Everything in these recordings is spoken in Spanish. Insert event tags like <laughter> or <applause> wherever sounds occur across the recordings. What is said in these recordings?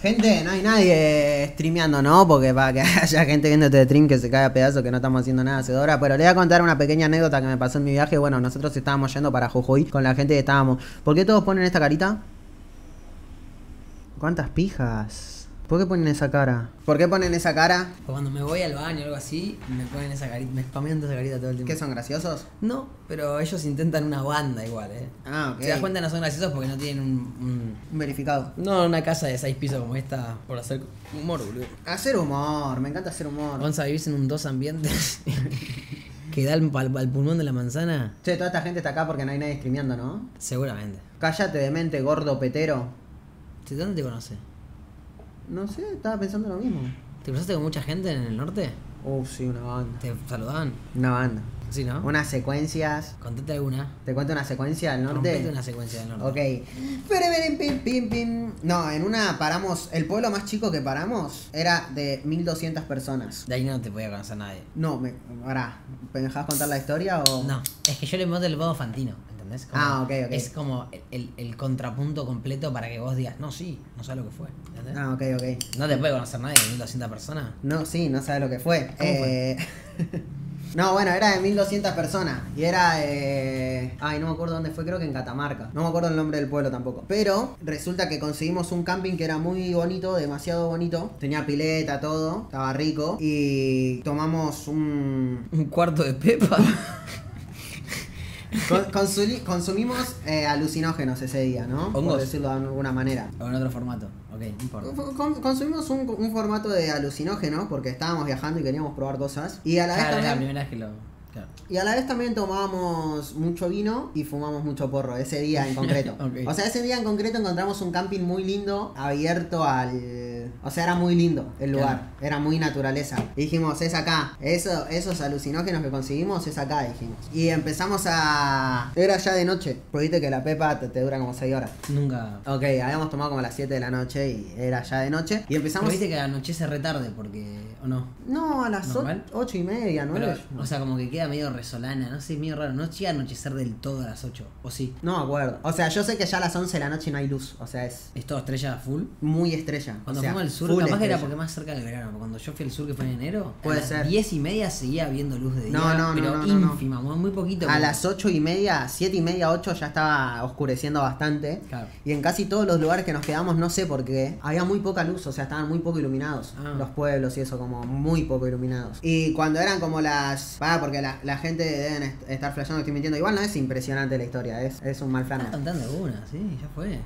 Gente, no hay nadie streameando, ¿no? Porque para que <laughs> haya gente viendo este stream que se cae a pedazos, que no estamos haciendo nada hace dos horas. Pero le voy a contar una pequeña anécdota que me pasó en mi viaje. Bueno, nosotros estábamos yendo para Jujuy con la gente que estábamos. ¿Por qué todos ponen esta carita? ¿Cuántas pijas? ¿Por qué ponen esa cara? ¿Por qué ponen esa cara? Cuando me voy al baño o algo así, me ponen esa carita, me spamean esa carita todo el tiempo. ¿Qué son graciosos? No, pero ellos intentan una banda igual, ¿eh? Ah, ok. Se das cuenta, no son graciosos porque no tienen un, un- Un Verificado. No, una casa de seis pisos como esta por hacer humor, boludo. Hacer humor, me encanta hacer humor. Vamos a vivir en un dos ambientes <laughs> que da al, al- al pulmón de la manzana, Che, toda esta gente está acá porque no hay nadie streameando, ¿no? seguramente. Cállate de mente, gordo petero. ¿De dónde te conoces? No sé, estaba pensando lo mismo. ¿Te cruzaste con mucha gente en el norte? Uh, sí, una banda. ¿Te saludaban? Una banda. Sí, ¿no? Unas secuencias. Contate alguna. ¿Te cuento una secuencia del Rompete norte? una secuencia del norte. Ok. Pereberim, pim, pim, pim. No, en una paramos. El pueblo más chico que paramos era de 1200 personas. De ahí no te podía conocer nadie. No, me, pará, ¿me dejás contar la historia o.? No, es que yo le meto el modo fantino, ¿entendés? Como- Ah, ok, ok. Es como el, el- el contrapunto completo para que vos digas, no, sí, no sabes lo que fue. ¿entendés? Ah, ok, ok. No te puede conocer nadie, 1200 personas. No, sí, no sabe lo que fue. ¿Cómo fue? Eh, <laughs> no, bueno, era de 1200 personas. Y era. eh, Ay, no me acuerdo dónde fue, creo que en Catamarca. No me acuerdo el nombre del pueblo tampoco. Pero resulta que conseguimos un camping que era muy bonito, demasiado bonito. Tenía pileta, todo. Estaba rico. Y tomamos un, Un cuarto de <laughs> pepa. Con- <laughs> consuli- consumimos eh, alucinógenos ese día, ¿no? Por Hongos. decirlo de alguna manera. o en otro formato. Ok, no importa. Con- consumimos un, un formato de alucinógeno porque estábamos viajando y queríamos probar cosas. Y a la vez Claro, es la también, primera vez que lo. claro. y a la vez también tomábamos mucho vino y fumamos mucho porro ese día en <laughs> concreto. Ok. O sea, ese día en concreto encontramos un camping muy lindo, abierto al... O sea, era muy lindo el lugar, era muy naturaleza. Y dijimos, es acá, Eso, esos alucinógenos que conseguimos es acá, dijimos. Y empezamos a... Era ya de noche, porque viste que la pepa te, te dura como 6 horas. Nunca. Ok, habíamos tomado como a las 7 de la noche y era ya de noche. Y Pero empezamos... viste que anochece retarde porque. ¿O no? No, a las ¿Normal? 8 y media, 9. Pero, o sea, como que queda medio resolana, no sé, medio raro. No llega a anochecer del todo a las 8, o sí. No me acuerdo. O sea, yo sé que ya a las 11 de la noche no hay luz. O sea, es Es todo estrella full. muy estrella. Cuando o sea, fuimos al sur, full capaz que era estrella. porque más cerca del verano. porque Cuando yo fui al sur, que fue en enero, Puede a las ser. 10 y media seguía habiendo luz de día. No, no, no, pero no, no, no. ínfima, muy- muy poquito. A como- las 8 y media, 7 y media, 8 ya estaba oscureciendo bastante. Claro. Y en casi todos los lugares que nos quedamos, no sé por qué, había muy poca luz, o sea, estaban muy poco iluminados. Ah. Los pueblos y eso, como muy poco iluminados. Y cuando eran como las. Va, porque la, la gente deben est- estar flasheando, estoy mintiendo. Igual no es impresionante la historia, es, es un mal Ah, plano. cantando alguna, sí, ya fue.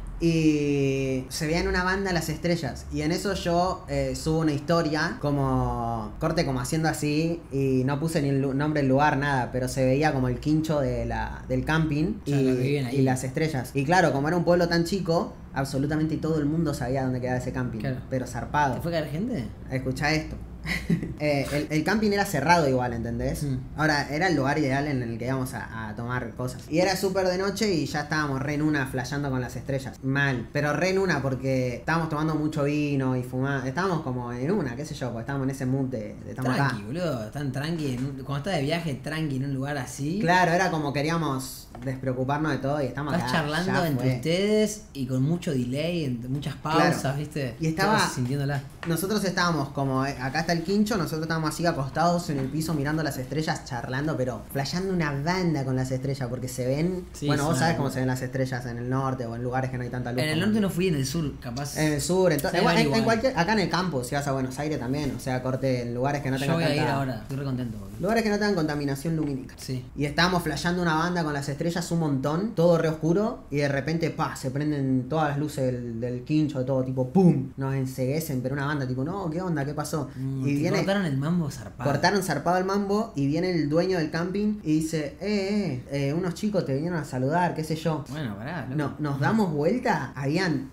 Y se veían una banda las estrellas. Y en eso yo eh, subo una historia, como corte como haciendo así, y no puse ni el lu- nombre del lugar, nada, pero se veía como el quincho de la, del camping Ya, y, los que viven ahí. y las estrellas. Y claro, como era un pueblo tan chico, absolutamente todo el mundo sabía dónde quedaba ese camping, Claro. pero zarpado. ¿Te fue a caer gente? Escucha esto. <laughs> Eh, el, el camping era cerrado igual, ¿entendés? Mm. Ahora, era el lugar ideal en el que íbamos a, a tomar cosas. Y era súper de noche y ya estábamos re en una, flasheando con las estrellas. Mal. Pero re en una porque estábamos tomando mucho vino y fumando. Estábamos como en una, qué sé yo, porque estábamos en ese mood de, de estamos acá. Tranqui, boludo. Están tranqui. en un- cuando estás de viaje, tranqui en un lugar así. Claro, era como queríamos despreocuparnos de todo y estamos Estás acá, charlando ya entre fue. ustedes y con mucho delay, en- muchas Claro. pausas, ¿viste? Y estaba- Todos sintiéndola. Nosotros estábamos como, eh, acá está el quincho, nosotros estábamos así acostados en el piso mirando las estrellas, charlando, pero flasheando una banda con las estrellas, porque se ven, Sí, bueno, es vos una sabés banda. cómo se ven las estrellas en el norte o en lugares que no hay tanta luz. En el como- norte no fui, en el sur, capaz. En el sur, en to- Se igual- ven en- en igual. cualquier- acá en el campo, si vas a Buenos Aires también, o sea, corte en lugares que no Yo tengan voy a ir tanta- ahora. Estoy re contento, boludo. Lugares que no tengan contaminación lumínica. Sí. Y estábamos flasheando una banda con las estrellas un montón, todo re oscuro, y de repente, pa, se prenden todas las luces del, del quincho, todo tipo, ¡pum! Nos enseguecen, pero una banda tipo, no, ¿qué onda? ¿Qué pasó? Mm, y te viene, cortaron el mambo zarpado. cortaron zarpado el mambo, y viene el dueño del camping y dice, eh, eh, eh, unos chicos te vinieron a saludar, qué sé yo. Bueno, pará, loco. No, nos damos vuelta, habían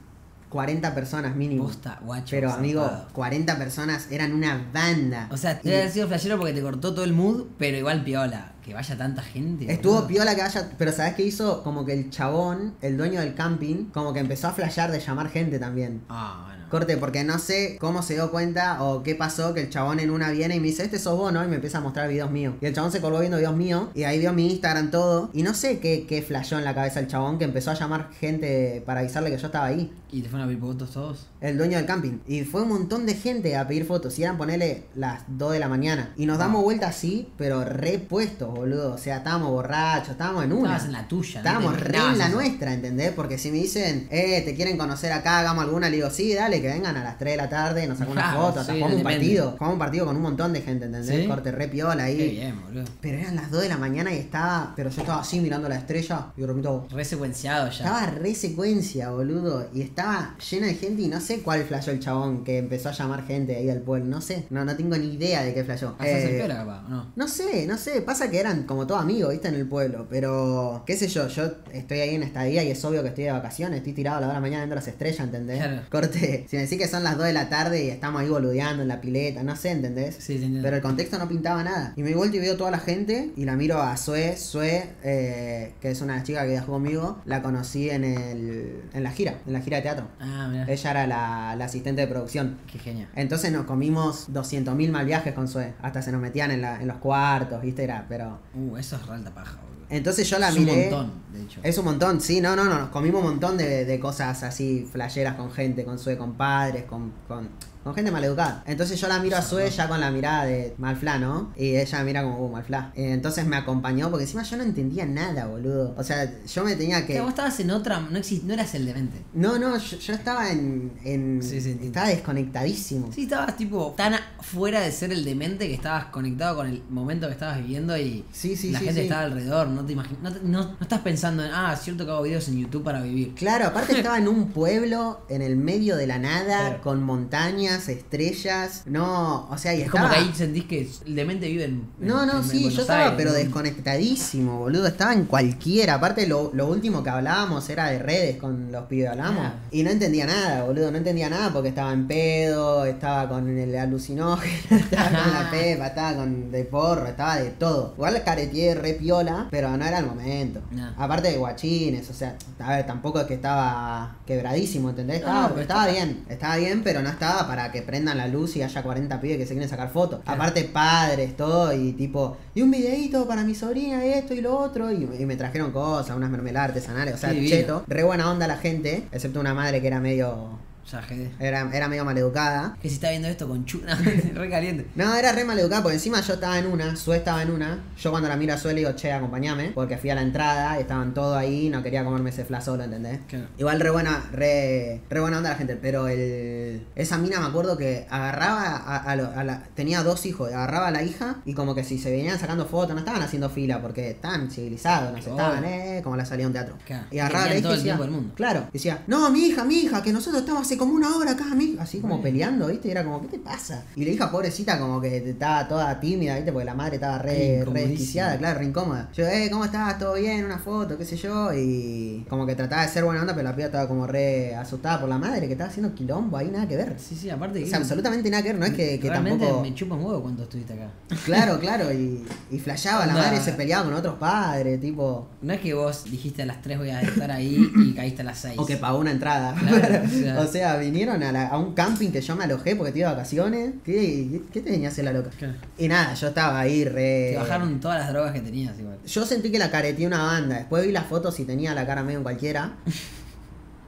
40 personas mínimo. Posta, guacho. Pero zarpado. amigo, 40 personas eran una banda. O sea, Y- debe haber sido flashero porque te cortó todo el mood, pero igual piola. Que vaya tanta gente. Estuvo boludo. piola que haya, pero ¿sabes qué hizo? Como que el chabón, el dueño del camping, como que empezó a flashear de llamar gente también. Ah, bueno. Corte, porque no sé cómo se dio cuenta o qué pasó que el chabón en una viene y me dice, este sos vos, ¿no? Y me empieza a mostrar videos míos. Y el chabón se colgó viendo videos míos y ahí vio mi Instagram todo. Y no sé qué, qué flashó en la cabeza el chabón que empezó a llamar gente para avisarle que yo estaba ahí. ¿Y te fueron a pedir fotos todos? El dueño del camping. Y fue un montón de gente a pedir fotos. Y eran ponerle las 2 de la mañana. Y nos damos vuelta así, pero repuestos, boludo. O sea, estábamos borrachos, estábamos en una. Estabas en la tuya. ¿no? Estábamos Te re en la imaginabas eso. nuestra, ¿entendés? Porque si me dicen, eh, te quieren conocer acá, hagamos alguna, le digo, sí, dale, que vengan a las 3 de la tarde, nos sacamos una Claro, foto, hasta sí, jugamos un depende. partido. Jugamos un partido con un montón de gente, ¿entendés? ¿Sí? Corte re piola ahí. Qué bien, boludo. Pero eran las 2 de la mañana y estaba, pero yo estaba así mirando la estrella y de repente hago, Re secuenciado ya. estaba re secuencia, boludo. Y estaba llena de gente y no sé cuál flashó el chabón que empezó a llamar gente ahí al pueblo. No sé. No, no tengo ni idea de qué flashó. ¿Hasta Eh, se espera, capaz? ¿o ¿No? no sé, no sé, pasa que eran como todos amigos, viste, en el pueblo, pero qué sé yo, yo estoy ahí en estadía y es obvio que estoy de vacaciones, estoy tirado a la hora de la mañana viendo las estrellas, ¿entendés? Claro. Corte, si me decís que son las 2 de la tarde y estamos ahí boludeando en la pileta, no sé, ¿entendés? Sí, te entiendo. Pero el contexto no pintaba nada. Y me vuelto y veo toda la gente y la miro a Sue. Sue, eh, que es una chica que viajó conmigo, la conocí en, el, en la gira, en la gira de teatro. Ah, mirá. Ella era la, la asistente de producción. Qué genial. Entonces nos comimos 200.000 mal viajes con Sue. Hasta se nos metían en, la- en los cuartos, ¿viste? Era, pero. Uh, eso es realta paja, boludo. Entonces yo la es miré. un montón, de hecho. Es un montón, sí, no, no, no, nos comimos un montón de, de cosas así, flasheras con gente, con Sue, con padres, con, con, con gente maleducada. Entonces yo la miro a Sue ya con la mirada de Malfla, ¿no? Y ella me mira como, uh, Malfla. Eh, Entonces me acompañó, porque encima yo no entendía nada, boludo. O sea, yo me tenía O sea, que... vos estabas en otra, no, exist, no eras el demente. No, no, yo, yo estaba en... en- Sí, sí, entiendo. estaba desconectadísimo. Sí, estabas tipo tan a- fuera de ser el demente que estabas conectado con el momento que estabas viviendo y Sí, sí, la sí, gente sí. estaba alrededor. No te imagino, no, te- no- no estás pensando en, ah, es cierto que hago videos en YouTube para vivir. Claro, aparte <laughs> estaba en un pueblo en el medio de la nada, Claro. con montañas, estrellas, no, o sea, y es estaba... como que ahí sentís que el demente vive en. en- No, no, en- en sí, Buenos yo estaba Aires, pero ¿no? desconectadísimo, boludo. Estaba en cualquiera. Aparte, lo, lo último que hablábamos era de redes con los pibes, hablábamos. Ah. Y no entendía nada, boludo. No entendía nada porque estaba en pedo, estaba con el alucinógeno, <laughs> estaba con la pepa, estaba con de porro, estaba de todo. Igual careteé re piola, pero no era el momento. No. Aparte de guachines, o sea, a ver, tampoco es que estaba quebradísimo, ¿entendés? No, Estaba, pero estaba bien, estaba bien, pero no estaba para que prendan la luz y haya 40 pibes que se quieren sacar fotos. Claro. Aparte, padres, todo, y tipo, y un videíto para mi sobrina, y esto y lo otro, y, y me trajeron cosas, unas mermeladas artesanales, o sea, Qué divino. cheto. Re buena onda la gente, excepto una madre que era medio, Ya, jede. era, era medio maleducada. Que si está viendo esto con <laughs> chuna, re caliente. No, era re maleducada porque encima yo estaba en una, Sue estaba en una. Yo cuando la miro a Sue le digo, che, acompáñame, porque fui a la entrada, estaban todos ahí, no quería comerme ese fla solo, ¿entendés? Claro. Igual re buena, re, re buena onda la gente, pero el, esa mina me acuerdo que agarraba a, a lo- a la- tenía dos hijos, agarraba a la hija y como que si se venían sacando fotos, no estaban haciendo fila porque estaban civilizados, no sé, Oh. estaban, eh, como la salía de un teatro. Claro. Y agarraba a la Tenían hija todo y el decía, tiempo del mundo. claro, decía, no, mi hija, mi hija, que nosotros estamos hace como una hora acá, mi hija", así como Bueno. peleando, ¿viste? Y era como, ¿qué te pasa? Y la hija pobrecita como que estaba toda tímida, ¿viste? Porque la madre estaba Ay, re, re incomodísima. desquiciada, claro, re incómoda. Yo, eh, ¿cómo estás? ¿Todo bien? Una foto, qué sé yo. Y como que trataba de ser buena onda, pero la piba estaba como re asustada por la madre que estaba haciendo quilombo ahí, nada que ver. Sí, sí, aparte. O que- sea, absolutamente nada que ver, no es que, que Realmente tampoco... me chupa un huevo cuando estuviste acá. Claro, claro, y, y flasheaba, la Onda- madre se peleaba con otros padres, tipo... No es que vos dijiste a las 3 voy a <coughs> estar ahí y caíste a las 6. O que pagó una entrada. Claro, o <laughs> sea. o sea, vinieron a, la- a un camping que yo me alojé porque te iba de vacaciones. ¿Qué, qué te venía a hacer la loca? Claro. Y nada, yo estaba ahí re. Te bajaron todas las drogas que tenías <laughs> igual. Yo sentí que la careteé una banda. Después vi las fotos y tenía la cara medio en <laughs> cualquiera.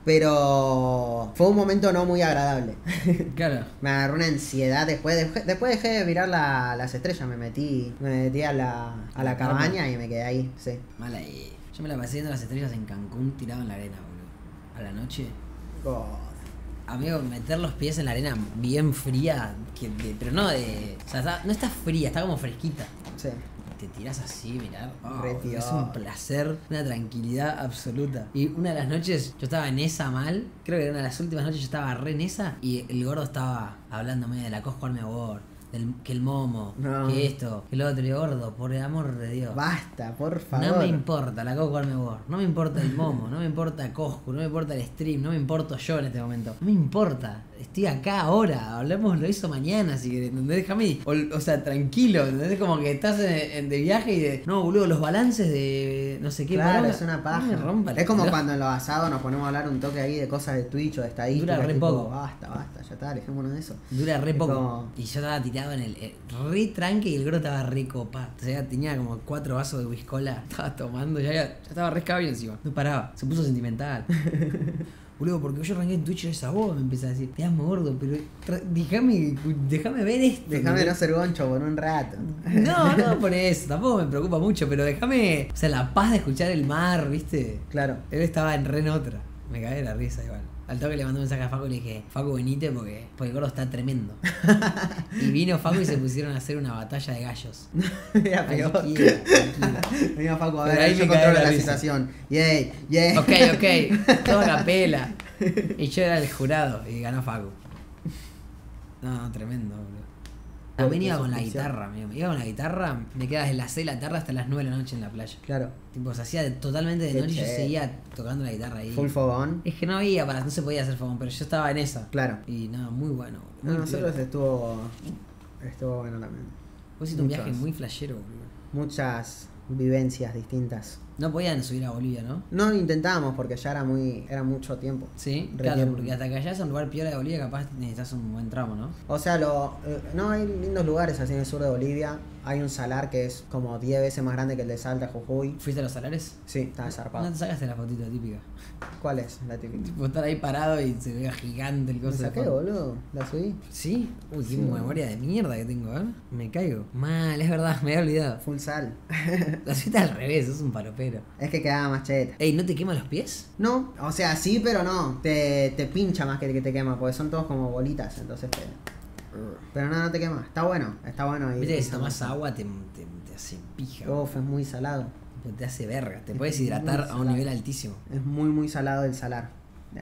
Pero fue un momento no muy agradable. Claro. Me agarró una ansiedad después. dejé- después dejé de mirar la- las estrellas. Me metí me metí a la, a la cabaña y me quedé ahí. Sí. Mala ahí. Yo me la pasé viendo las estrellas en Cancún tirado en la arena, boludo. A la noche. God. Amigo, meter los pies en la arena bien fría, que de- pero no de. O sea, está- no está fría, está como fresquita. Sí. Te tiras así, mirar. Re Oh, es tirado. un placer, una tranquilidad absoluta. Y una de las noches, yo estaba en esa mal, creo que era una de las últimas noches, yo estaba re en esa, y el gordo estaba hablándome de la Cosco Army Award, del- que el momo, No. que esto, que lo otro, y gordo, por el amor de Dios. Basta, por favor. No me importa la Coco Armebor, no me importa el Momo, no me importa Coscu, no me importa el stream, no me importo yo en este momento. No me importa, estoy acá ahora, hablemos, lo hizo mañana, si querés, ¿entendés? Déjame, o, o sea, tranquilo, ¿entendés? Como que estás en, en- de viaje y de, no, boludo, los balances de no sé qué. Claro, poronga". es una No me paja. rompa la es como pelota. cuando en los asados nos ponemos a hablar un toque ahí de cosas de Twitch o de estadísticas. Dura re tipo, poco. Basta, basta, ya está, dejémonos de eso. Dura re Es poco. como- Y yo estaba tirado en el. eh, re tranque y el gordo estaba re copado. O sea, tenía como cuatro vasos de whiskola. <laughs> Estaba tomando, ya, ya estaba re escabio encima. No paraba. Se <laughs> puso sentimental. Boludo, porque yo arranqué en Twitch esa voz, me empecé a decir, te amo gordo, pero tra- déjame déjame ver esto. Déjame no ¿entendés? ser goncho por un rato. Mm. No, no, por eso, tampoco me preocupa mucho, pero déjame. O sea, la paz de escuchar el mar, ¿viste? <laughs> Claro. Él estaba en re en otra. Me cagué de la risa igual. Al toque le mandé un mensaje a Facu y le dije, Facu venite porque, porque el gordo está <laughs> tremendo. y vino Facu y se pusieron a hacer una batalla de <laughs> gallos. Era peor. <laughs> Tranquila, tranquila. Venía Facu, a Pero ver, ahí ahí yo me cae controlo la la risa. situación. Yay, yay. Ok, ok, todo a capela. Y yo era el jurado y ganó Facu. No, no, tremendo, bolulo. También iba con la guitarra, amigo. Iba con la guitarra, me quedaba desde las 6 de la tarde hasta las 9 de la noche en la playa. <laughs> Claro. Tipo, se hacía de- totalmente de Qué noche y yo chévere. seguía tocando la guitarra ahí. Full fogón. Es que no había, para, no se podía hacer fogón, pero yo estaba en esa. Claro. Y nada, muy bueno. No, Muy nosotros piola. estuvo. Estuvo bueno también. Vos hiciste un muchas. viaje muy flashero, boludo. Muchas vivencias distintas. No podían subir a Bolivia, ¿no? No intentábamos porque ya era muy. era mucho tiempo. Sí, Re claro, bien. porque hasta que allá es un lugar piola de Bolivia, capaz necesitas un buen tramo, ¿no? O sea, lo, eh, no hay lindos lugares así en el sur de Bolivia. Hay un salar que es como 10 veces más grande que el de Salta, Jujuy. ¿Fuiste a los salares? Sí, está No zarpado. te sacaste la fotito típica. ¿Cuál es la típica? Tipo, estar ahí parado y se vea gigante el Me coso. de saqué, fondo. boludo. La subí. ¿Sí? Uy, qué Sí. memoria de mierda que tengo, ¿eh? Me caigo. Mal, es verdad, me había olvidado. <laughs> Full sal. La suelta al revés, es un paropero. Es que quedaba más cheta. Ey, ¿no te quema los pies? No, o sea, sí, pero no. Te, te pincha más que que te quema, porque son todos como bolitas, entonces te... Pero no, no te quema. Está bueno, está bueno. Y, Viste que y si tomás está- agua te, te, te hace pija. Uf, es muy salado. Pero Te hace verga, te Es puedes muy hidratar a un salado. nivel altísimo. Es muy, muy salado el salar. Nah.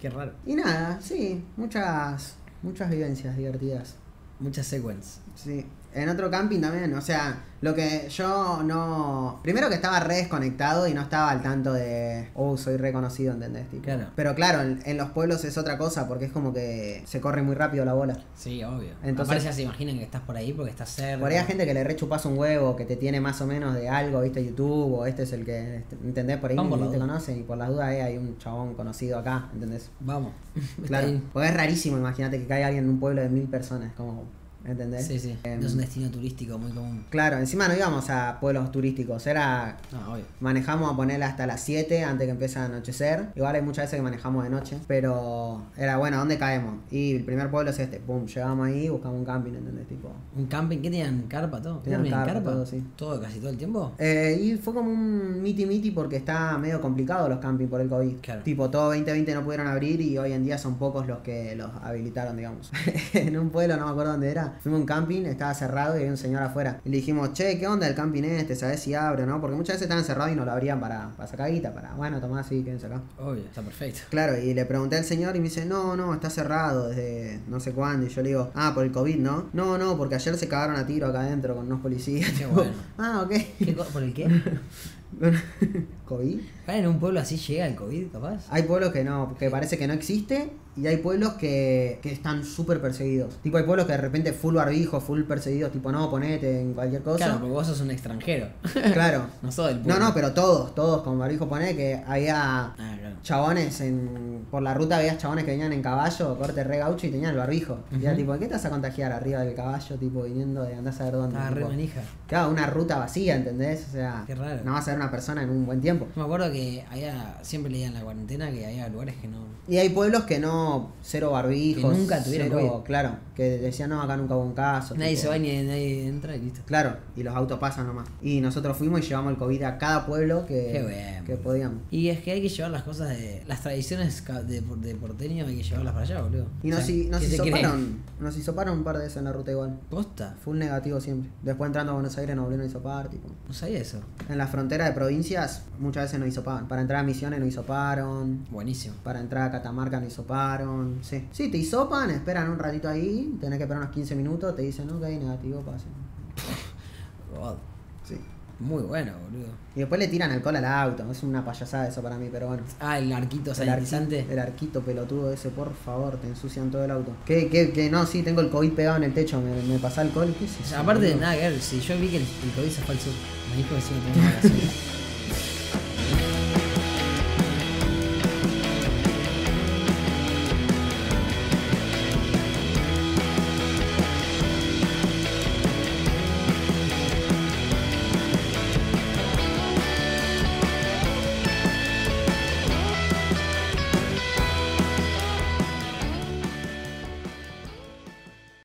Qué raro. Y nada, sí, muchas, muchas vivencias divertidas. Muchas sequence. Sí. En otro camping también, o sea, lo que yo no. Primero que estaba re desconectado y no estaba al tanto de. Oh, soy reconocido, ¿entendés? Tipo. Claro. Pero claro, en, en los pueblos es otra cosa porque es como que se corre muy rápido la bola. Sí, obvio. Entonces, Entonces- Aparte ya se imaginan que estás por ahí porque estás cerca. Por ahí hay gente que le rechupas un huevo, que te tiene más o menos de algo, viste YouTube, o este es el que, este, ¿entendés? Por ahí Vamos ni, por la ni te duda. conocen y por las dudas eh, hay un chabón conocido acá, ¿entendés? Vamos. <laughs> Está Claro. ahí. Porque es rarísimo, imagínate que caiga alguien en un pueblo de mil personas, como, ¿entendés? Sí, sí. Em, no es un destino turístico muy común. Claro, encima no íbamos a pueblos turísticos, era No, obvio. Manejamos a ponerla hasta las 7 antes que empiece a anochecer. Igual hay muchas veces que manejamos de noche. Pero era bueno, ¿dónde caemos? Y el primer pueblo es este. Pum, llegamos ahí, buscamos un camping, ¿entendés? Tipo. ¿Un camping? ¿Qué tenían? ¿Carpa todo? Tenían ¿Dormían en carpa, todo, sí. ¿Todo, casi todo el tiempo? Eh, y fue como un miti miti porque está medio complicado los campings por el COVID. Claro. Tipo, todo 2020 no pudieron abrir y hoy en día son pocos los que los habilitaron, digamos. <laughs> en un pueblo, no me acuerdo dónde era, fuimos a un camping, estaba cerrado y había un señor afuera. Y le dijimos, che, ¿qué onda el camping este? ¿Sabés si abre o no? Porque muchas veces estaban cerrados y no lo abrían para, para sacar guita, para, bueno, tomá así, quédense acá. Obvio, <laughs> está perfecto. Claro, y le pregunté al señor y me dice, no, no, está cerrado desde no sé cuándo. Y yo le digo, ah, por el COVID, ¿no? No, no, porque ayer se cagaron a tiro acá adentro con unos policías. <laughs> Qué Tipo, bueno. Ah, ok. <laughs> ¿Qué co- ¿Por el qué? ¿COVID? Ahora en un pueblo así llega el COVID, capaz? Hay pueblos que no, que parece que no existe y hay pueblos que, que están súper perseguidos. Tipo, hay pueblos que de repente full barbijo, full perseguidos, tipo, no, ponete en cualquier Claro, cosa. porque vos sos un extranjero. <laughs> Claro. No sos del No, pueblo. no, pero todos, todos con barbijo, poné que había Ah, claro. chabones en por la ruta veías chabones que venían en caballo, corte re gaucho y tenían el barbijo. Y era tipo, ¿qué te vas a contagiar arriba del caballo? Tipo, viniendo de andás a ver dónde. Estaba Ah, re tipo. manija. Claro, una ruta vacía, ¿entendés? O sea, Qué raro. no vas a ver una persona en un buen tiempo. Yo me acuerdo que había, siempre leía en la cuarentena que había lugares que no. Y hay pueblos que no, cero barbijos. Que nunca tuvieron cero- COVID. Claro, que decían, no, acá nunca hubo un caso. Nadie tipo. se va ni nadie entra y listo. Claro, y los autos pasan nomás. Y nosotros fuimos y llevamos el COVID a cada pueblo Qué que, bueno. que podíamos. Y es que hay que llevar las cosas de. Las tradiciones ca- de, por- de porteño hay que llevarlas para allá, boludo. Y O nos, sea, hi- nos ¿qué te crees? hisoparon, nos hisoparon un par de veces en la ruta igual. Posta. Full negativo siempre. Después entrando a Buenos Aires nos volvieron a hisopar, tipo. No sabía eso. En la frontera de provincias, muchas veces no hisopaban. Para entrar a Misiones no hisoparon. Buenísimo. Para entrar a Catamarca no hisoparon. Sí. Sí, te hisopan, esperan un ratito ahí, tenés que esperar unos 15 minutos, te dicen, ok, negativo, pasen. God, Sí. Muy bueno, boludo. Y después le tiran alcohol al auto. Es una payasada eso para mí, pero bueno. Ah, el arquito El arquito, sanitizante. el arquito pelotudo ese, por favor, te ensucian todo el auto. Que, que, que no, sí, tengo el COVID pegado en el techo, me, me pasa alcohol, qué sé yo, Aparte de boludo. nada que ver, si yo vi que el, el COVID se fue al sur, me dijo que sí no tenía vacaciones.